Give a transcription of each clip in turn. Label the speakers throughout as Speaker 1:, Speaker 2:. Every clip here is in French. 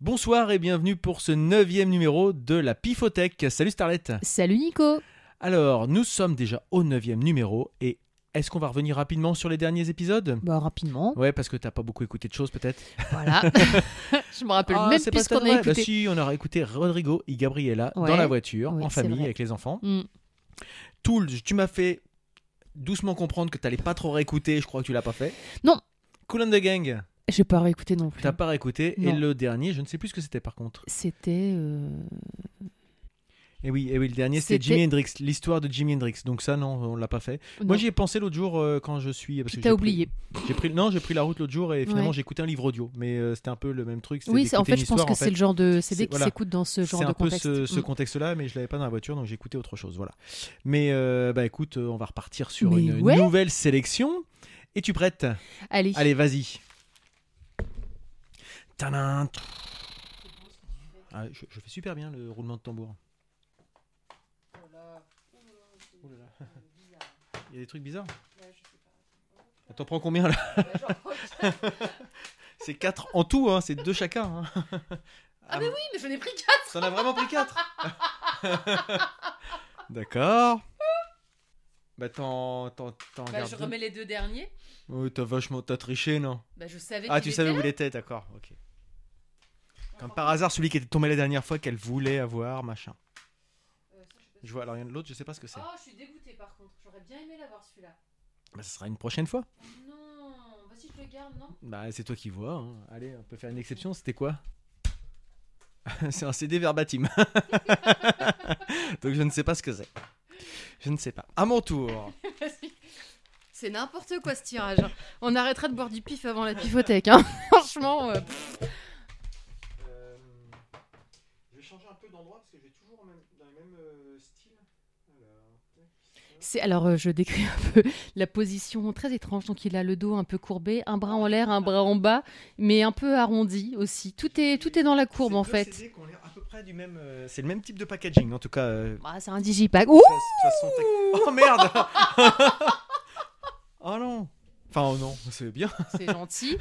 Speaker 1: Bonsoir et bienvenue pour ce neuvième numéro de la Pifothèque. Salut Starlette
Speaker 2: Salut Nico
Speaker 1: Alors, nous sommes déjà au neuvième numéro et est-ce qu'on va revenir rapidement sur les derniers épisodes
Speaker 2: Bah rapidement,
Speaker 1: Ouais, parce que t'as pas beaucoup écouté de choses peut-être.
Speaker 2: voilà. je me rappelle même
Speaker 1: c'est
Speaker 2: plus ce
Speaker 1: pas
Speaker 2: qu'on
Speaker 1: vrai.
Speaker 2: a
Speaker 1: Bah
Speaker 2: écouté.
Speaker 1: si, on aura écouté Rodrigo et Gabriela dans
Speaker 2: Ouais.
Speaker 1: la voiture,
Speaker 2: Oui,
Speaker 1: en
Speaker 2: c'est
Speaker 1: famille,
Speaker 2: vrai.
Speaker 1: avec les enfants.
Speaker 2: Mm.
Speaker 1: Tool, tu m'as fait doucement comprendre que t'allais pas trop réécouter, je crois que tu l'as pas fait.
Speaker 2: Non.
Speaker 1: Cool and the Gang,
Speaker 2: J'ai pas réécouté non plus.
Speaker 1: t'as pas réécouté. Et
Speaker 2: Non.
Speaker 1: le dernier, je ne sais plus ce que c'était par contre.
Speaker 2: C'était. euh,
Speaker 1: Et oui, et oui, le dernier c'était
Speaker 2: C'était-
Speaker 1: Jimi Hendrix, l'histoire de Jimi Hendrix. Donc ça, non, on l'a pas fait. Moi
Speaker 2: non,
Speaker 1: j'y ai pensé l'autre jour euh, quand je suis. parce
Speaker 2: tu
Speaker 1: que
Speaker 2: t'as
Speaker 1: j'ai pris-
Speaker 2: oublié.
Speaker 1: J'ai pris, non, j'ai pris la route l'autre jour et finalement
Speaker 2: Ouais.
Speaker 1: j'ai écouté un livre audio, mais euh, c'était un peu le même truc. c'était
Speaker 2: Oui, c'est- en
Speaker 1: d'écouter
Speaker 2: fait,
Speaker 1: une
Speaker 2: je pense
Speaker 1: histoire,
Speaker 2: que
Speaker 1: en
Speaker 2: c'est le genre de CD
Speaker 1: C'est-
Speaker 2: qui
Speaker 1: voilà.
Speaker 2: s'écoute dans ce genre
Speaker 1: C'est un
Speaker 2: de
Speaker 1: peu
Speaker 2: contexte.
Speaker 1: ce, ce
Speaker 2: Mm.
Speaker 1: contexte-là, mais je l'avais pas dans la voiture, donc j'ai écouté autre chose. Voilà. Mais euh, bah écoute, euh, on va repartir sur
Speaker 2: Mais
Speaker 1: une
Speaker 2: ouais.
Speaker 1: nouvelle sélection. Es-tu prête
Speaker 2: Allez,
Speaker 1: Allez, vas-y. Tadam. Ah, je, je fais super bien le roulement de tambour. Oh là là. Il y a des trucs bizarres T'en prends combien là C'est 4 en tout, hein, c'est deux chacun. hein. Ah, mais oui,
Speaker 2: mais je n'ai pris qu'un. Bah,
Speaker 1: T'en as vraiment pris 4 D'accord. Bah t'en... t'en, t'en gardes deux.
Speaker 2: les deux derniers.
Speaker 1: Oui, t'as vachement... T'as triché, non
Speaker 2: Bah, je savais.
Speaker 1: ah, tu savais où il était, d'accord, ok. Comme par hasard, celui qui était tombé la dernière fois qu'elle voulait avoir, machin.
Speaker 2: Euh,
Speaker 1: Je vois, alors il y en a l'autre, je sais pas ce que c'est.
Speaker 2: Oh, je suis dégoûtée par contre. J'aurais bien aimé l'avoir celui-là.
Speaker 1: Bah, ça sera une prochaine fois.
Speaker 2: Non, vas-y, je le garde, non
Speaker 1: Bah, c'est toi qui vois. hein. Allez, on peut faire une exception, c'était quoi C'est un CD verbatim. Donc je ne sais pas ce que c'est. Je ne sais pas. À mon tour.
Speaker 2: C'est n'importe quoi ce tirage. hein. On arrêtera de boire du pif avant la pifothèque. Hein. Franchement, euh, pff.
Speaker 1: Euh, je vais changer un peu d'endroit parce que j'ai toujours au même- dans le même euh, style. Alors, tac, ça.
Speaker 2: c'est alors euh, je décris un peu la position très étrange. Donc il a le dos un peu courbé, un bras en l'air, un bras en bas, mais un peu arrondi aussi. Tout est tout est dans la courbe
Speaker 1: C'est
Speaker 2: en
Speaker 1: deux
Speaker 2: fait.
Speaker 1: CD qu'on est à peu près du même. euh, c'est le même type de packaging, en tout cas. euh, de
Speaker 2: Ah, c'est un digipack.
Speaker 1: fa-
Speaker 2: Ouh
Speaker 1: de façon tec- Oh merde Oh non Enfin, oh non, c'est bien.
Speaker 2: c'est gentil.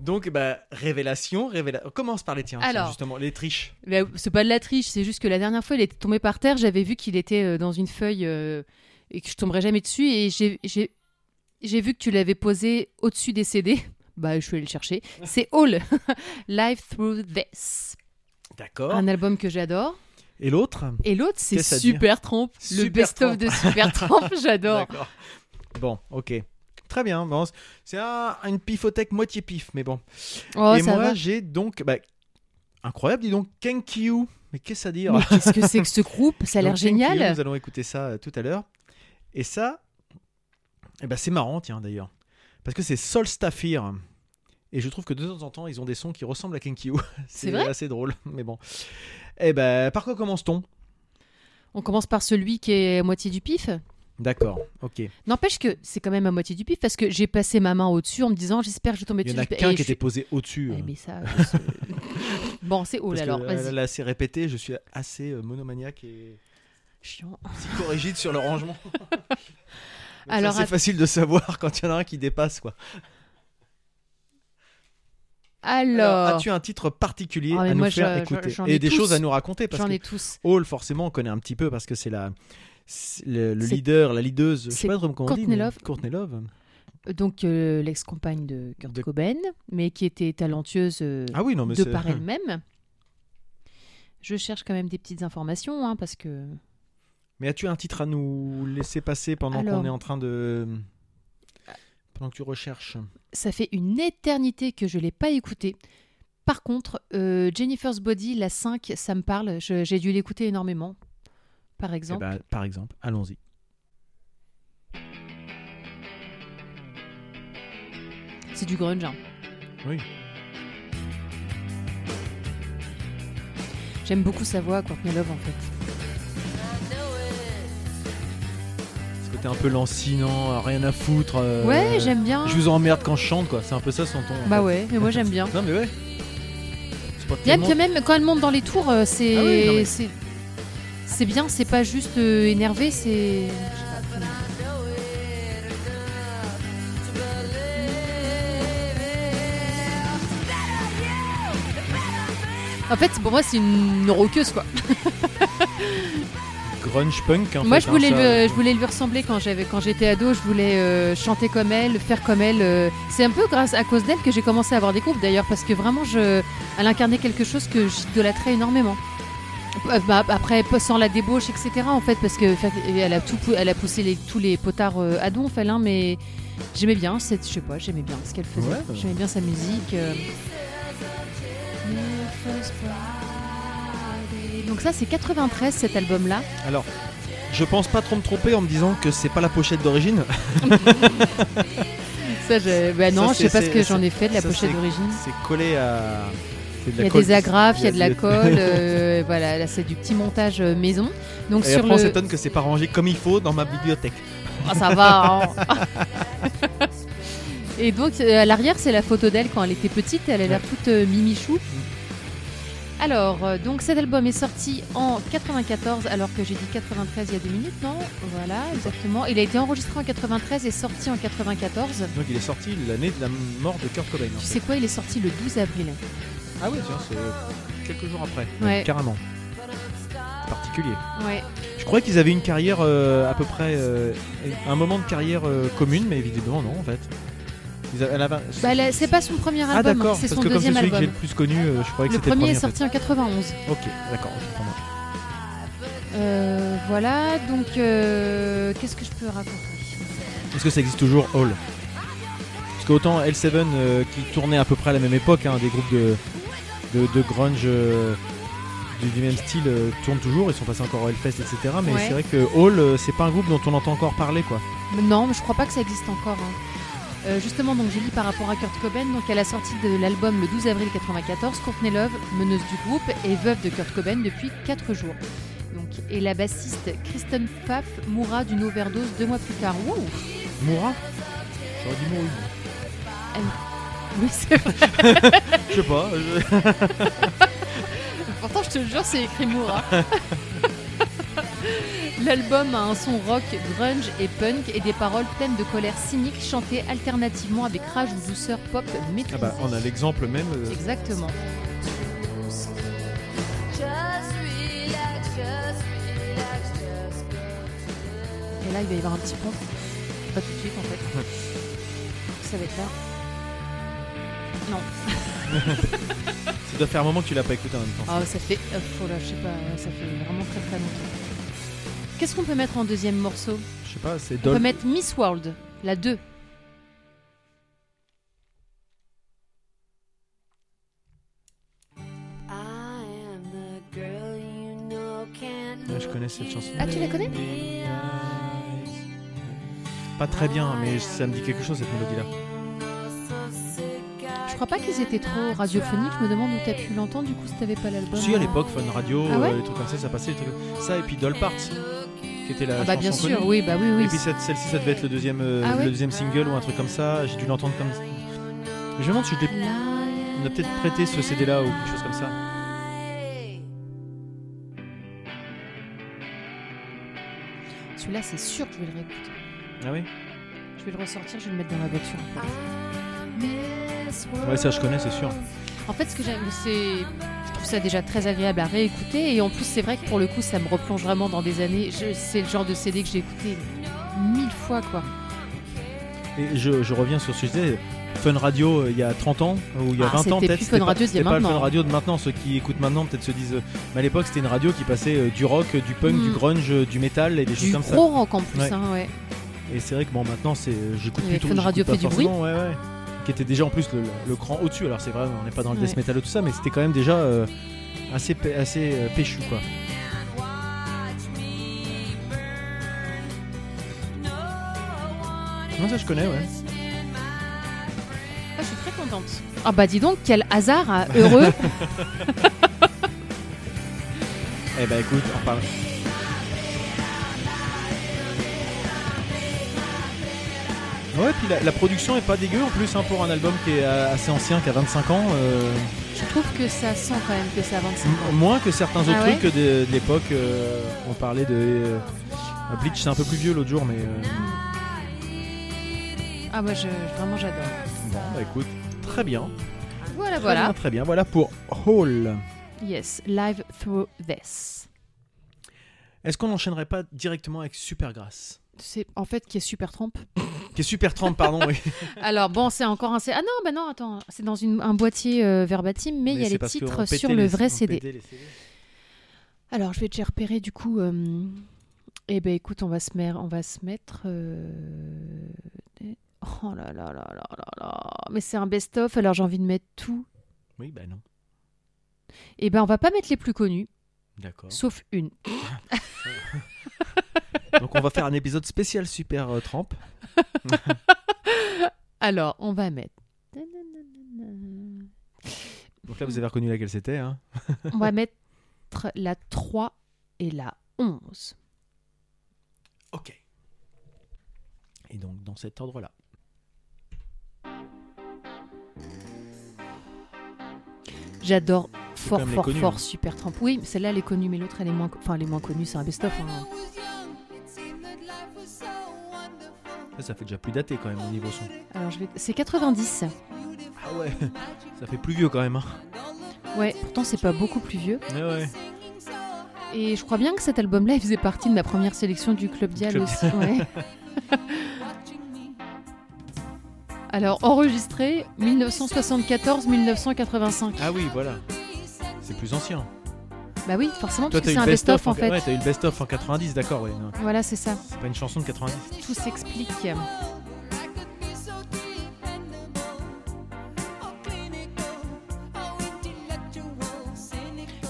Speaker 1: Donc, bah, révélation, révélation. Commence par les tiens,
Speaker 2: Alors.
Speaker 1: tiens, justement, les triches.
Speaker 2: Mais, euh, c'est pas de la triche, c'est juste que la dernière fois il était tombé par terre. J'avais vu qu'il était euh, dans une feuille euh, et que je tomberais jamais dessus. Et j'ai- j'ai j'ai vu que tu l'avais posé au-dessus des CD. Bah, je suis allée le chercher. C'est All, Live Through This.
Speaker 1: D'accord.
Speaker 2: un album que j'adore.
Speaker 1: Et l'autre
Speaker 2: Et l'autre, c'est
Speaker 1: Qu'est-ce à dire
Speaker 2: Super Trump, le
Speaker 1: Super
Speaker 2: best-of
Speaker 1: Trump.
Speaker 2: de Super Trump, j'adore.
Speaker 1: D'accord. Bon, ok. Très bien. Bon, c'est- c'est un- une pifothèque moitié pif, mais bon.
Speaker 2: Oh,
Speaker 1: Et
Speaker 2: ça
Speaker 1: moi,
Speaker 2: va.
Speaker 1: j'ai donc. bah, incroyable, dis donc. Kenkyu. Mais qu'est-ce à dire
Speaker 2: Mais qu'est-ce que c'est que ce groupe Ça a l'air
Speaker 1: Donc, Thank You,
Speaker 2: génial.
Speaker 1: Nous allons écouter ça euh, tout à l'heure. Et ça, eh ben, c'est marrant, tiens, d'ailleurs. Parce que c'est Solstafir. Et je trouve que de temps en temps, ils ont des sons qui ressemblent à Kenkyu.
Speaker 2: C'est vrai
Speaker 1: assez drôle, mais bon. Eh ben, par quoi commence-t-on
Speaker 2: On commence par celui qui est à moitié du pif.
Speaker 1: D'accord, ok.
Speaker 2: N'empêche que c'est quand même à moitié du pif parce que j'ai passé ma main au-dessus en me disant j'espère que je tombe
Speaker 1: Il
Speaker 2: dessus.
Speaker 1: y en a
Speaker 2: j'espère-
Speaker 1: qu'un
Speaker 2: Et
Speaker 1: qui
Speaker 2: eh, je
Speaker 1: était posé au-dessus.
Speaker 2: suis-
Speaker 1: hein.
Speaker 2: Eh, mais ça, je sais. bon, c'est All
Speaker 1: Parce que,
Speaker 2: alors,
Speaker 1: euh,
Speaker 2: vas-y.
Speaker 1: là, c'est répété, je suis assez euh, monomaniaque et
Speaker 2: Chiant.
Speaker 1: psychorigide sur le rangement. Donc ça,
Speaker 2: Alors,
Speaker 1: c'est
Speaker 2: att-
Speaker 1: facile de savoir quand il y en a un qui dépasse, quoi. Alors,
Speaker 2: Alors,
Speaker 1: as-tu un titre particulier
Speaker 2: Ah, mais
Speaker 1: à nous
Speaker 2: moi,
Speaker 1: faire
Speaker 2: je-
Speaker 1: écouter
Speaker 2: je- j'en
Speaker 1: et
Speaker 2: ai
Speaker 1: des
Speaker 2: tous.
Speaker 1: choses à nous raconter parce
Speaker 2: j'en
Speaker 1: que
Speaker 2: ai tous.
Speaker 1: Hall forcément on connaît un petit peu parce que c'est la c'est le, le
Speaker 2: C'est-
Speaker 1: leader, la leaduse, je sais
Speaker 2: c'est
Speaker 1: pas trop comment on dit,
Speaker 2: Courtney
Speaker 1: mais-
Speaker 2: Love.
Speaker 1: Courtney Love.
Speaker 2: Donc, euh, l'ex-compagne de Kurt
Speaker 1: De-
Speaker 2: Cobain, mais qui était talentueuse. euh,
Speaker 1: Ah oui, non mais
Speaker 2: de
Speaker 1: c'est-
Speaker 2: par elle-même. Je cherche quand même des petites informations, hein, parce que...
Speaker 1: Mais as-tu un titre à nous laisser passer pendant
Speaker 2: Alors.
Speaker 1: qu'on est en train de pendant que tu recherches
Speaker 2: Ça fait une éternité que je l'ai pas écouté. Par contre, euh, Jennifer's Body, la 5, ça me parle. Je- J'ai dû l'écouter énormément, par
Speaker 1: Eh
Speaker 2: exemple.
Speaker 1: ben, par exemple, allons-y.
Speaker 2: C'est du grunge. hein.
Speaker 1: Eh ben. Oui.
Speaker 2: J'aime beaucoup sa voix, Courtney Love, en fait.
Speaker 1: Ce côté un peu lancinant, rien à foutre. euh,
Speaker 2: Ouais, j'aime bien.
Speaker 1: Je vous emmerde quand je chante quoi, c'est un peu ça son ton. en
Speaker 2: Bah
Speaker 1: fait.
Speaker 2: ouais, mais moi j'aime bien.
Speaker 1: Non mais ouais. C'est pas
Speaker 2: Il y a
Speaker 1: tellement-
Speaker 2: que même quand elle monte dans les tours, euh, c'est
Speaker 1: Ah oui, non, mais-
Speaker 2: c'est c'est bien, c'est pas juste euh, énervé, c'est
Speaker 3: Better you, better
Speaker 2: En fait, pour moi, c'est une roqueuse, quoi.
Speaker 1: Grunge punk. en
Speaker 2: moi,
Speaker 1: fait,
Speaker 2: je voulais,
Speaker 1: hein, ça.
Speaker 2: le- je voulais lui ressembler quand j'avais, quand j'étais ado. Je voulais euh, chanter comme elle, faire comme elle. euh. C'est un peu grâce à cause d'elle que j'ai commencé à avoir des groupes, d'ailleurs, parce que vraiment, je, elle incarnait quelque chose que j'idolâtrais énormément. Euh, bah, après, sans la débauche, etc. En fait, parce que fait, elle a tout, pou- elle a poussé les- tous les potards euh, à donf, elle, hein, mais j'aimais bien. cette- Je sais pas, j'aimais bien ce qu'elle faisait.
Speaker 1: Ouais.
Speaker 2: J'aimais bien sa musique. euh. Donc ça, c'est 93 cet album-là.
Speaker 1: Alors, je pense pas trop me tromper en me disant que c'est pas la pochette d'origine.
Speaker 2: Ça, je... bah non,
Speaker 1: Ça,
Speaker 2: je sais
Speaker 1: c'est-
Speaker 2: pas ce que
Speaker 1: c'est-
Speaker 2: j'en ai fait de la
Speaker 1: ça,
Speaker 2: pochette
Speaker 1: c'est-
Speaker 2: d'origine.
Speaker 1: C'est collé à. c'est de
Speaker 2: Il
Speaker 1: la
Speaker 2: y a
Speaker 1: colle.
Speaker 2: des agrafes, il y a de la
Speaker 1: des-
Speaker 2: colle, euh, voilà, là c'est du petit montage euh, maison. Donc
Speaker 1: Et
Speaker 2: sur
Speaker 1: après, on
Speaker 2: le.
Speaker 1: s'étonne que c'est pas rangé comme il faut dans ma bibliothèque.
Speaker 2: Ah, ça va. hein. Et donc euh, à l'arrière, c'est la photo d'elle quand elle était petite, elle a l'air toute euh, mimichou.
Speaker 1: Mm.
Speaker 2: Alors, euh, donc cet album est sorti en 94, alors que j'ai dit 93 il y a deux minutes, non Voilà, exactement. Il a été enregistré en 93 et sorti en 94.
Speaker 1: Donc, il est sorti l'année de la mort de Kurt Cobain. en
Speaker 2: Tu
Speaker 1: fait.
Speaker 2: sais quoi, il est sorti le 12 avril.
Speaker 1: Ah oui, tiens, c'est quelques jours après.
Speaker 2: Ouais.
Speaker 1: Carrément. Particulier.
Speaker 2: Ouais.
Speaker 1: Je croyais qu'ils avaient une carrière euh, à peu près. euh, un moment de carrière euh, commune, mais évidemment, non, en fait. Ils a- elle avait-
Speaker 2: Bah, là, c'est pas son premier
Speaker 1: ah,
Speaker 2: album, hein,
Speaker 1: d'accord,
Speaker 2: c'est
Speaker 1: parce
Speaker 2: son
Speaker 1: que comme c'est
Speaker 2: deuxième
Speaker 1: celui que j'ai
Speaker 2: album.
Speaker 1: le plus connu, euh, je croyais que
Speaker 2: Le
Speaker 1: c'était le premier.
Speaker 2: premier est
Speaker 1: en fait.
Speaker 2: sorti en 91.
Speaker 1: Ok, d'accord, je comprends.
Speaker 2: Euh, voilà, donc euh, qu'est-ce que je peux raconter
Speaker 1: Est-ce que ça existe toujours Hall Parce qu'autant L7 euh, qui tournait à peu près à la même époque, hein, des groupes de, de, de grunge euh, du, du même style euh, tournent toujours, ils sont passés encore au Hellfest, etc. Mais
Speaker 2: Ouais.
Speaker 1: c'est vrai que Hall, euh, c'est pas un groupe dont on entend encore parler, quoi.
Speaker 2: Non, mais je crois pas que ça existe encore. hein. Euh, justement, donc j'ai lu par rapport à Kurt Cobain, donc à la sortie de l'album le 12 avril 94, Courtney Love, meneuse du groupe et veuve de Kurt Cobain depuis 4 jours. Donc, et la bassiste Kristen Pfaff mourra d'une overdose deux mois plus tard. Wow
Speaker 1: Moura J'aurais dit Mouru.
Speaker 2: Oui, c'est vrai.
Speaker 1: Je sais pas. je-
Speaker 2: Pourtant, je te le jure, c'est écrit Moura. L'album a un son rock, grunge et punk et des paroles pleines de colère cynique chantées alternativement avec rage ou douceur pop
Speaker 1: Ah
Speaker 2: maîtrisée.
Speaker 1: bah, on a l'exemple même. euh,
Speaker 2: Exactement. Et là, il va y avoir un petit pont. Pas tout de suite, en fait. Ça va être là.
Speaker 1: Ça doit faire un moment que tu l'as pas écouté en même temps.
Speaker 2: Ah, ça fait. euh, oh là, je sais pas, ouais, ça fait vraiment très très longtemps. Qu'est-ce qu'on peut mettre en deuxième morceau
Speaker 1: Je sais pas, c'est
Speaker 2: On peut
Speaker 1: Doll.
Speaker 2: mettre Miss World, la 2.
Speaker 3: I am the girl you know can't
Speaker 1: Ouais, je connais cette chanson.
Speaker 2: Ah, tu la connais
Speaker 1: Pas très bien, mais ça me dit quelque chose cette mélodie-là.
Speaker 2: Je crois pas qu'ils étaient trop radiophoniques. Je me demande où t'as pu l'entendre du coup si t'avais pas l'album.
Speaker 1: Si à l'époque Fun Radio,
Speaker 2: Ah ouais
Speaker 1: euh, les trucs comme ça, ça passait, les trucs comme ça et puis Doll Parts, qui était la
Speaker 2: Ah bah
Speaker 1: chanson
Speaker 2: bien sûr,
Speaker 1: connue.
Speaker 2: oui, bah oui, oui.
Speaker 1: Et puis cette- celle-ci, ça devait être le deuxième, euh,
Speaker 2: Ah ouais
Speaker 1: le deuxième single ou un truc comme ça. J'ai dû l'entendre comme. Je me demande si je l'ai- on a peut-être prêté ce CD-là ou quelque chose comme ça.
Speaker 2: Celui-là, c'est sûr que je vais le réécouter.
Speaker 1: Ah oui.
Speaker 2: Je vais le ressortir, je vais le mettre dans la voiture. en fait.
Speaker 1: Ouais, ça je connais, c'est sûr.
Speaker 2: En fait, ce que j'aime, c'est. Je trouve ça déjà très agréable à réécouter. Et en plus, c'est vrai que pour le coup, ça me replonge vraiment dans des années. Je- C'est le genre de CD que j'ai écouté mille fois, quoi.
Speaker 1: Et je, je reviens sur ce sujet. Fun Radio, euh, il y a 30 ans ou il y a
Speaker 2: Ah,
Speaker 1: 20 ans
Speaker 2: c'était
Speaker 1: peut-être.
Speaker 2: plus
Speaker 1: c'était
Speaker 2: Fun
Speaker 1: pas-
Speaker 2: Radio, c'était
Speaker 1: c'était pas le Fun
Speaker 2: maintenant. hein.
Speaker 1: Radio de maintenant. Ceux qui écoutent maintenant peut-être se disent. euh, Mais à l'époque, c'était une radio qui passait euh, du rock, euh, du punk,
Speaker 2: Mm.
Speaker 1: du grunge, euh, du métal et des choses
Speaker 2: Du
Speaker 1: comme ça.
Speaker 2: gros rock en plus,
Speaker 1: Ouais.
Speaker 2: hein, ouais.
Speaker 1: Et c'est vrai que bon maintenant c'est euh, j'écoute
Speaker 2: Et
Speaker 1: plus tout
Speaker 2: Fun
Speaker 1: j'écoute
Speaker 2: Radio
Speaker 1: pas
Speaker 2: fait du bruit.
Speaker 1: forcément, ouais, ouais. Qui était déjà en plus le, le cran au-dessus. Alors c'est vrai, on n'est pas dans le
Speaker 2: Ouais.
Speaker 1: death metal ou tout ça, mais c'était quand même déjà euh, assez pé- assez euh, péchu quoi. Non ça je connais ouais.
Speaker 2: Ah, je suis très contente. Ah bah dis donc, quel hasard hein, heureux.
Speaker 1: Eh bah écoute, on parle. Ouais, puis la, la production est pas dégueu en plus hein, pour un album qui est euh, assez ancien, qui a 25 ans. euh,
Speaker 2: je trouve que ça sent quand même que ça avance.
Speaker 1: M- Moins que certains autres
Speaker 2: Ah ouais
Speaker 1: trucs de, de l'époque. euh, on parlait de. euh, Bleach, c'est un peu plus vieux l'autre jour, mais. euh,
Speaker 2: Ah bah je, vraiment j'adore.
Speaker 1: bon, bah Ah, écoute, très bien.
Speaker 2: Voilà
Speaker 1: Très bien,
Speaker 2: voilà.
Speaker 1: Très bien, voilà pour Hall.
Speaker 2: Yes, Live Through This.
Speaker 1: Est-ce qu'on n'enchaînerait pas directement avec Supergrass
Speaker 2: C'est en fait qui est super trompe.
Speaker 1: Qui est Super 30, pardon, oui.
Speaker 2: Alors bon, c'est encore un. C- Ah non, bah non, attends, c'est dans une- un boîtier euh, verbatim, mais il y a
Speaker 1: c'est
Speaker 2: les
Speaker 1: parce qu'on
Speaker 2: titres
Speaker 1: pétait
Speaker 2: sur le
Speaker 1: les- on
Speaker 2: vrai CD.
Speaker 1: pétait les CD.
Speaker 2: Alors je vais déjà repérer du coup. euh, Eh ben écoute, on va se, mer- on va se mettre. euh, Oh là là là là là là. Mais c'est un best-of, alors j'ai envie de mettre tout.
Speaker 1: Oui, bah non.
Speaker 2: Eh ben on va pas mettre les plus connus,
Speaker 1: D'accord.
Speaker 2: sauf une.
Speaker 1: Donc on va faire un épisode spécial Super euh, Tramp.
Speaker 2: Alors on va mettre.
Speaker 1: Donc là, vous avez reconnu laquelle c'était. Hein.
Speaker 2: On va mettre la 3 et la 11.
Speaker 1: Ok. Et donc, dans cet ordre-là.
Speaker 2: J'adore
Speaker 1: C'est
Speaker 2: fort,
Speaker 1: quand même les
Speaker 2: fort,
Speaker 1: connus,
Speaker 2: fort,
Speaker 1: hein.
Speaker 2: super trempe. Oui, celle-là, elle est connue, mais l'autre, elle est moins, co- enfin, elle est moins connue, c'est un best-of. hein.
Speaker 1: Ça, ça fait déjà plus daté quand même au niveau son.
Speaker 2: Alors, je vais... C'est 90.
Speaker 1: Ah ouais, ça fait plus vieux quand même. Hein.
Speaker 2: Ouais, pourtant, c'est pas beaucoup plus vieux.
Speaker 1: Ouais, ouais.
Speaker 2: Et je crois bien que cet album-là, il faisait partie de ma première sélection du Club Dial
Speaker 1: Club
Speaker 2: aussi. ouais. Alors, enregistré 1974-1985.
Speaker 1: Ah oui, voilà. C'est plus ancien.
Speaker 2: Bah oui, forcément,
Speaker 1: Toi,
Speaker 2: parce
Speaker 1: t'as
Speaker 2: que
Speaker 1: eu
Speaker 2: c'est
Speaker 1: le
Speaker 2: un best-of, en fait.
Speaker 1: Ouais, t'as eu le best-of en 90, d'accord, ouais. non.
Speaker 2: Voilà, c'est ça.
Speaker 1: C'est pas une chanson de 90.
Speaker 2: Tout s'explique.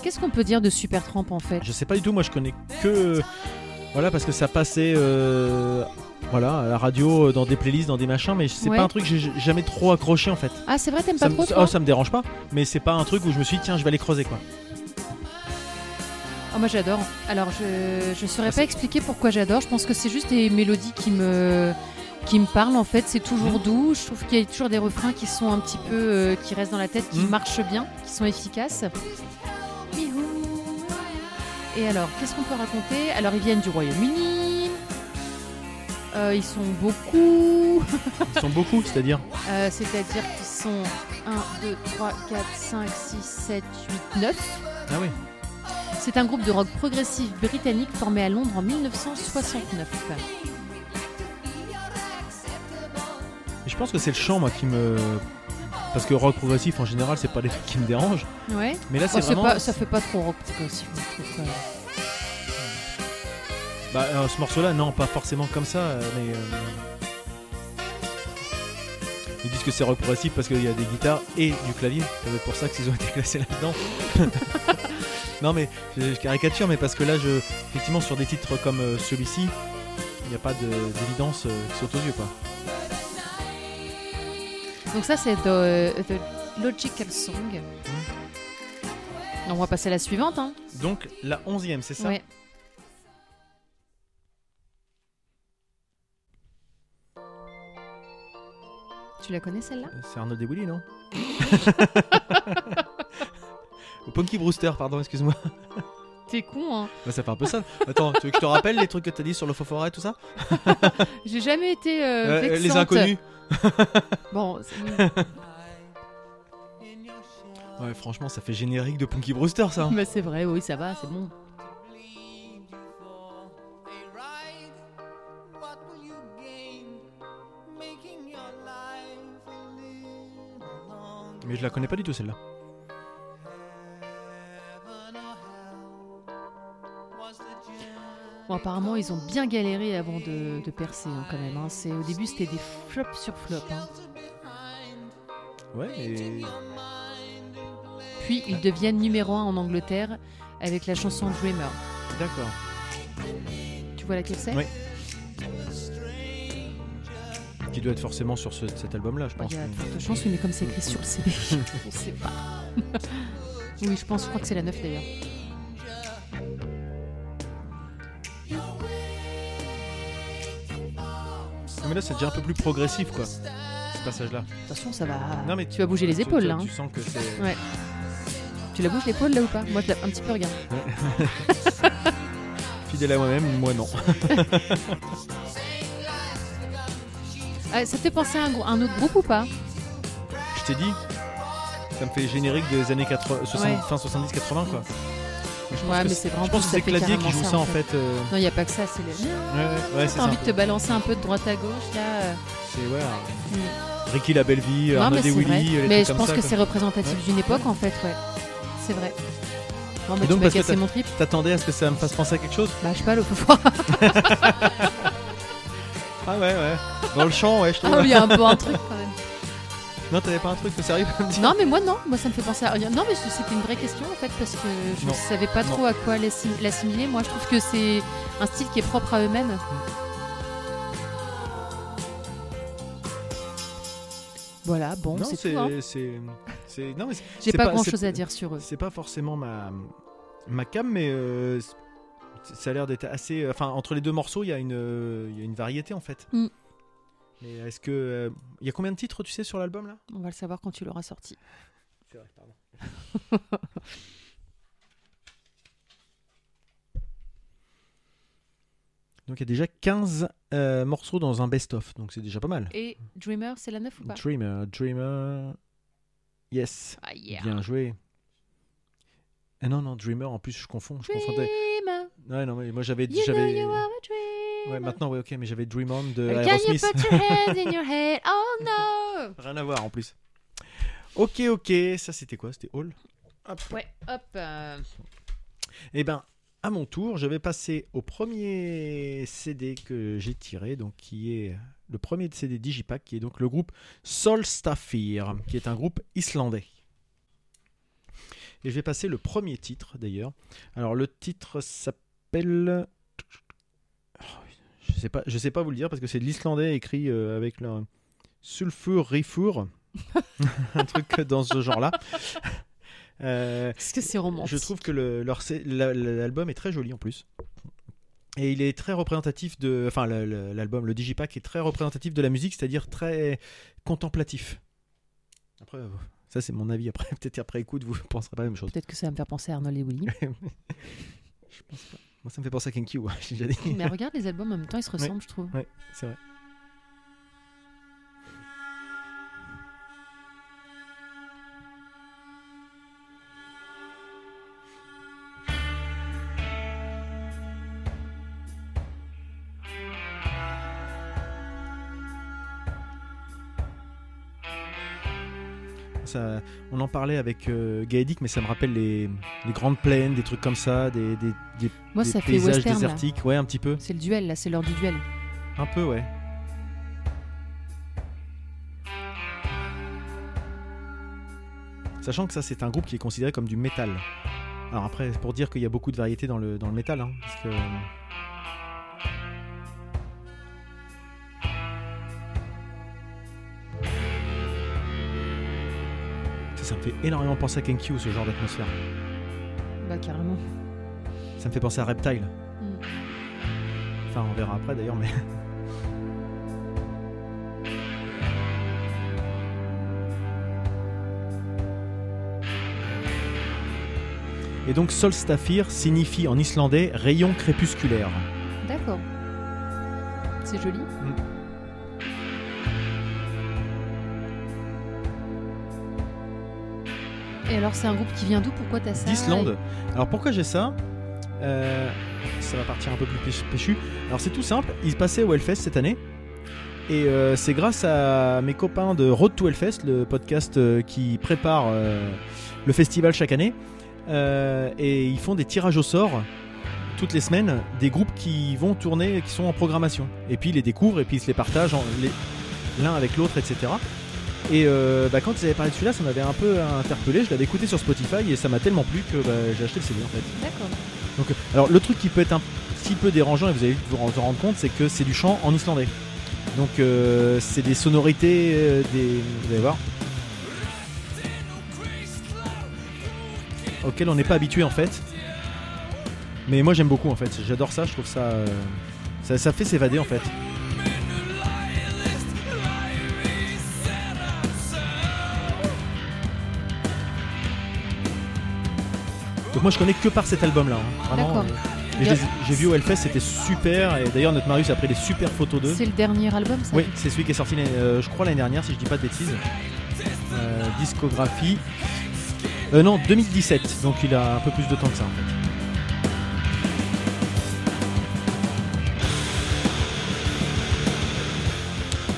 Speaker 2: Qu'est-ce qu'on peut dire de Supertramp en fait
Speaker 1: Je sais pas du tout, moi je connais que. Voilà, parce que ça passait euh, voilà, à la radio, euh, dans des playlists, dans des machins, mais c'est
Speaker 2: Ouais.
Speaker 1: pas un truc que j'ai j'ai jamais trop accroché en fait.
Speaker 2: Ah, c'est vrai, t'aimes
Speaker 1: Ça
Speaker 2: pas
Speaker 1: me,
Speaker 2: trop
Speaker 1: ça-
Speaker 2: toi
Speaker 1: oh, ça me dérange pas, mais c'est pas un truc où je me suis dit, tiens, je vais aller creuser quoi.
Speaker 2: Ah, moi j'adore. Alors, je, je
Speaker 1: Ah,
Speaker 2: saurais pas expliquer pourquoi j'adore. Je pense que c'est juste des mélodies qui me, qui me parlent en fait. C'est
Speaker 1: Mhm.
Speaker 2: toujours doux. Je trouve qu'il y a toujours des refrains qui sont un petit peu. euh, qui restent dans la tête, qui
Speaker 1: Mhm.
Speaker 2: marchent bien, qui sont efficaces. Et alors, qu'est-ce qu'on peut raconter Alors, ils viennent du Royaume-Uni. Euh, ils sont beaucoup.
Speaker 1: Ils sont beaucoup, c'est-à-dire.
Speaker 2: Euh, C'est-à-dire qu'ils sont 1, 2, 3, 4, 5, 6, 7, 8, 9.
Speaker 1: Ah oui.
Speaker 2: C'est un groupe de rock progressif britannique formé à Londres en 1969.
Speaker 1: Je pense que c'est le chant moi qui me. Parce que rock progressif en général, c'est pas les trucs qui me dérangent.
Speaker 2: Ouais.
Speaker 1: Mais là, c'est
Speaker 2: Oh, c'est
Speaker 1: vraiment.
Speaker 2: pas- ça fait pas trop rock progressif, je trouve. quand même.
Speaker 1: Bah, euh, ce morceau-là, non, pas forcément comme ça, euh, mais. euh, Ils disent que c'est rock progressif parce qu'il y a des guitares et du clavier. C'est peut-être pour ça qu'ils ont été classés là-dedans. non, mais je, je caricature, mais parce que là, je, effectivement, sur des titres comme euh, celui-ci, il n'y a pas de- d'évidence euh, qui saute aux yeux, quoi.
Speaker 2: Donc ça, c'est The, The Logical Song. On va passer à la suivante. Hein.
Speaker 1: Donc, la onzième, c'est ça
Speaker 2: Ouais. Tu la connais celle-là
Speaker 1: Euh, C'est Arnold et Willy, non Punky Brewster, pardon, excuse-moi.
Speaker 2: T'es con, hein
Speaker 1: Bah, ça fait un peu ça. Attends, tu veux que je te rappelle les trucs que t'as dit sur le faux forêt, tout ça
Speaker 2: J'ai jamais été euh,
Speaker 1: Euh, Les
Speaker 2: vexante.
Speaker 1: inconnus
Speaker 2: Bon, c'est-
Speaker 1: Ouais, franchement, ça fait générique de Punky Brewster, ça. hein.
Speaker 2: mais c'est vrai, oui, ça va, c'est bon.
Speaker 1: Mais je la connais pas du tout, celle-là.
Speaker 2: Bon, apparemment, ils ont bien galéré avant de, de percer, hein, quand même. hein. C'est, au début, c'était des flops sur flops. hein.
Speaker 1: Ouais, mais.
Speaker 2: Puis, ils deviennent numéro un en Angleterre avec la chanson Dreamer.
Speaker 1: D'accord.
Speaker 2: Tu vois laquelle c'est
Speaker 1: Oui, Qui doit être forcément sur ce- cet album-là, je
Speaker 2: Bah,
Speaker 1: pense.
Speaker 2: Il y a de
Speaker 1: mais-
Speaker 2: fortes chances, oui, mais comme c'est écrit sur le CD, on sait pas. oui, je pense, je crois que c'est la 9 d'ailleurs.
Speaker 1: Non, mais là, c'est déjà un peu plus progressif, quoi. Ce passage-là.
Speaker 2: Attention, ça va.
Speaker 1: Non, mais
Speaker 2: Tu vas bouger les
Speaker 1: tu-
Speaker 2: épaules
Speaker 1: tu-
Speaker 2: là. hein.
Speaker 1: Tu sens que c'est.
Speaker 2: Ouais. Tu la bouges l'épaule là ou pas Moi, je la... un petit peu, regarde.
Speaker 1: Fidèle à moi-même, moi non.
Speaker 2: Ah, ça te fait penser à un, grou- un autre groupe ou pas
Speaker 1: Je t'ai dit, ça me fait générique des années 80, 60 fin 70-80 quoi. Mais je pense
Speaker 2: Ouais,
Speaker 1: que
Speaker 2: mais
Speaker 1: c'est-
Speaker 2: c'est vraiment
Speaker 1: je pense que c'est
Speaker 2: plus, ça fait
Speaker 1: Clavier qui
Speaker 2: carrément
Speaker 1: joue
Speaker 2: ça,
Speaker 1: ça en
Speaker 2: en
Speaker 1: fait. euh,
Speaker 2: Non, il n'y a pas que ça, c'est les.
Speaker 1: Ouais, ouais, ouais, c'est
Speaker 2: T'as
Speaker 1: ça.
Speaker 2: envie de te balancer un peu de droite à gauche, là. euh,
Speaker 1: C'est ouais. euh,
Speaker 2: hmm.
Speaker 1: Ricky la belle vie,
Speaker 2: Non,
Speaker 1: Arnaud
Speaker 2: mais
Speaker 1: des
Speaker 2: c'est vrai.
Speaker 1: Willy, les
Speaker 2: Mais
Speaker 1: trucs
Speaker 2: je
Speaker 1: comme
Speaker 2: pense
Speaker 1: ça,
Speaker 2: que
Speaker 1: quoi.
Speaker 2: c'est représentatif
Speaker 1: Ouais.
Speaker 2: d'une époque en fait, ouais. C'est vrai. Non, mais
Speaker 1: Et donc,
Speaker 2: tu m'as
Speaker 1: parce que
Speaker 2: cassé
Speaker 1: t'as-
Speaker 2: mon trip.
Speaker 1: T'attendais à ce que ça me fasse penser à quelque chose
Speaker 2: Bah, je sais pas, le faut voir.
Speaker 1: Ah ouais, ouais. Dans le champ, ouais, je trouve.
Speaker 2: Ah oui, il y a un peu un truc quand même.
Speaker 1: Non, t'avais pas un truc de sérieux pour me dire
Speaker 2: Non, mais moi, non. Moi, ça me fait penser à. Non, mais c'était une vraie question en fait, parce que je
Speaker 1: Non.
Speaker 2: savais pas
Speaker 1: Non.
Speaker 2: trop à quoi l'assi- l'assimiler. Moi, je trouve que c'est un style qui est propre à eux-mêmes.
Speaker 1: Mm.
Speaker 2: Voilà, bon,
Speaker 1: Non,
Speaker 2: c'est
Speaker 1: c'est.
Speaker 2: tout. hein.
Speaker 1: c'est- c'est- Non, mais c'est-
Speaker 2: J'ai
Speaker 1: c'est
Speaker 2: pas,
Speaker 1: pas-
Speaker 2: grand
Speaker 1: c'est-
Speaker 2: chose à dire sur eux.
Speaker 1: c'est pas forcément ma, ma cam, mais euh, c- ça a l'air d'être assez. euh, Enfin, entre les deux morceaux, il y, a une, euh, il y a une variété en fait.
Speaker 2: Mm.
Speaker 1: Mais est-ce que. euh, Il y a combien de titres, tu sais, sur l'album là
Speaker 2: On va le savoir quand tu l'auras sorti.
Speaker 1: C'est vrai, pardon. Donc il y a déjà 15 euh, morceaux dans un best-of, donc c'est déjà pas mal.
Speaker 2: Et Dreamer, c'est la 9 ou pas
Speaker 1: Dreamer, Dreamer. Yes.
Speaker 2: Ah, yeah.
Speaker 1: Bien joué. Ah non, non, Dreamer, en plus, je confonds. Je confondais.
Speaker 2: Dreamer.
Speaker 1: Ouais, non, mais moi j'avais.
Speaker 2: You know
Speaker 1: j'avais...
Speaker 2: you are a dream.
Speaker 1: Ouais, maintenant, ouais, ok, mais j'avais Dream On de
Speaker 2: Can you
Speaker 1: Aerosmith.
Speaker 2: put your hands in your head? Oh no!
Speaker 1: Rien à voir en plus. Ok, ok, ça c'était quoi C'était Hall
Speaker 2: Ouais, hop. euh,
Speaker 1: Eh ben, à mon tour, je vais passer au premier CD que j'ai tiré, donc qui est le premier CD Digipack, qui est donc le groupe Solstafir, qui est un groupe islandais. Et je vais passer le premier titre d'ailleurs. Alors le titre s'appelle, je sais pas, je sais pas vous le dire parce que c'est de l'islandais écrit euh, avec le sulfur rifour, un truc dans ce genre-là. Euh,
Speaker 2: Qu'est-ce que c'est romantique?
Speaker 1: je trouve que le- leur sé- la- la- l'album est très joli en plus. Et il est très représentatif de. Enfin, le- le- l'album, le Digipack est très représentatif de la musique, c'est-à-dire très contemplatif. Après, euh, ça c'est mon avis. Après, peut-être après écoute, vous penserez pas la même chose.
Speaker 2: Peut-être que ça va me faire penser à Arnold et Willy.
Speaker 1: Moi, ça me fait penser à Kenki, ouais, j'ai déjà dit.
Speaker 2: Mais regarde les albums en même temps, ils se ressemblent, je trouve.
Speaker 1: Ouais, c'est vrai. Ça, on en parlait avec euh, Gaëdic, mais ça me rappelle les, les grandes plaines, des trucs comme ça, des, des, des-
Speaker 2: Moi,
Speaker 1: des
Speaker 2: ça fait
Speaker 1: paysages
Speaker 2: western. là.
Speaker 1: désertiques, ouais, un petit peu.
Speaker 2: C'est le duel, là, c'est l'heure du duel.
Speaker 1: Un peu, ouais. Sachant que ça, c'est un groupe qui est considéré comme du métal. Alors après, c'est pour dire qu'il y a beaucoup de variétés dans le, dans le métal. hein, parce que... Ça, ça me fait énormément penser à Kenkyu, ce genre d'atmosphère.
Speaker 2: Bah, carrément.
Speaker 1: Ça me fait penser à Reptile. Enfin, on verra après d'ailleurs, mais. Et donc Solstafir signifie en islandais rayon crépusculaire.
Speaker 2: D'accord. C'est joli.
Speaker 1: Mm.
Speaker 2: Et alors, c'est un groupe qui vient d'où Pourquoi t'as ça
Speaker 1: D'Islande. Alors pourquoi j'ai ça Euh, Ça va partir un peu plus pêche- péchu. Alors c'est tout simple, ils passaient au Hellfest cette année. Et euh, c'est grâce à mes copains de Road to Hellfest, le podcast euh, qui prépare euh, le festival chaque année. Euh, et ils font des tirages au sort toutes les semaines des groupes qui vont tourner, qui sont en programmation. Et puis ils les découvrent et puis ils se les partagent en- les- l'un avec l'autre, etc. Et euh, bah, quand ils avaient parlé de celui-là, ça m'avait un peu interpellé. Je l'avais écouté sur Spotify et ça m'a tellement plu que bah, j'ai acheté le CD en fait.
Speaker 2: D'accord.
Speaker 1: Donc, euh, alors le truc qui peut être un petit peu dérangeant et vous allez vite vous en vous en rendre compte, c'est que c'est du chant en islandais. Donc euh, c'est des sonorités, euh, des, vous allez voir, auxquelles on n'est pas habitué en fait. Mais moi j'aime beaucoup en fait, j'adore ça, je trouve ça, euh, ça, ça fait s'évader en fait. Donc moi je connais que par cet album là, vraiment. euh,
Speaker 2: D'accord.
Speaker 1: Mais je les ai- J'ai vu au Hellfest, c'était super. Et d'ailleurs, notre Marius a pris des super photos d'eux.
Speaker 2: C'est le dernier album, ça
Speaker 1: Oui, c'est celui qui est sorti, l'année- euh, je crois, l'année dernière, si je dis pas de bêtises. euh, discographie. Euh, non, 2017, donc il a un peu plus de temps que ça en fait.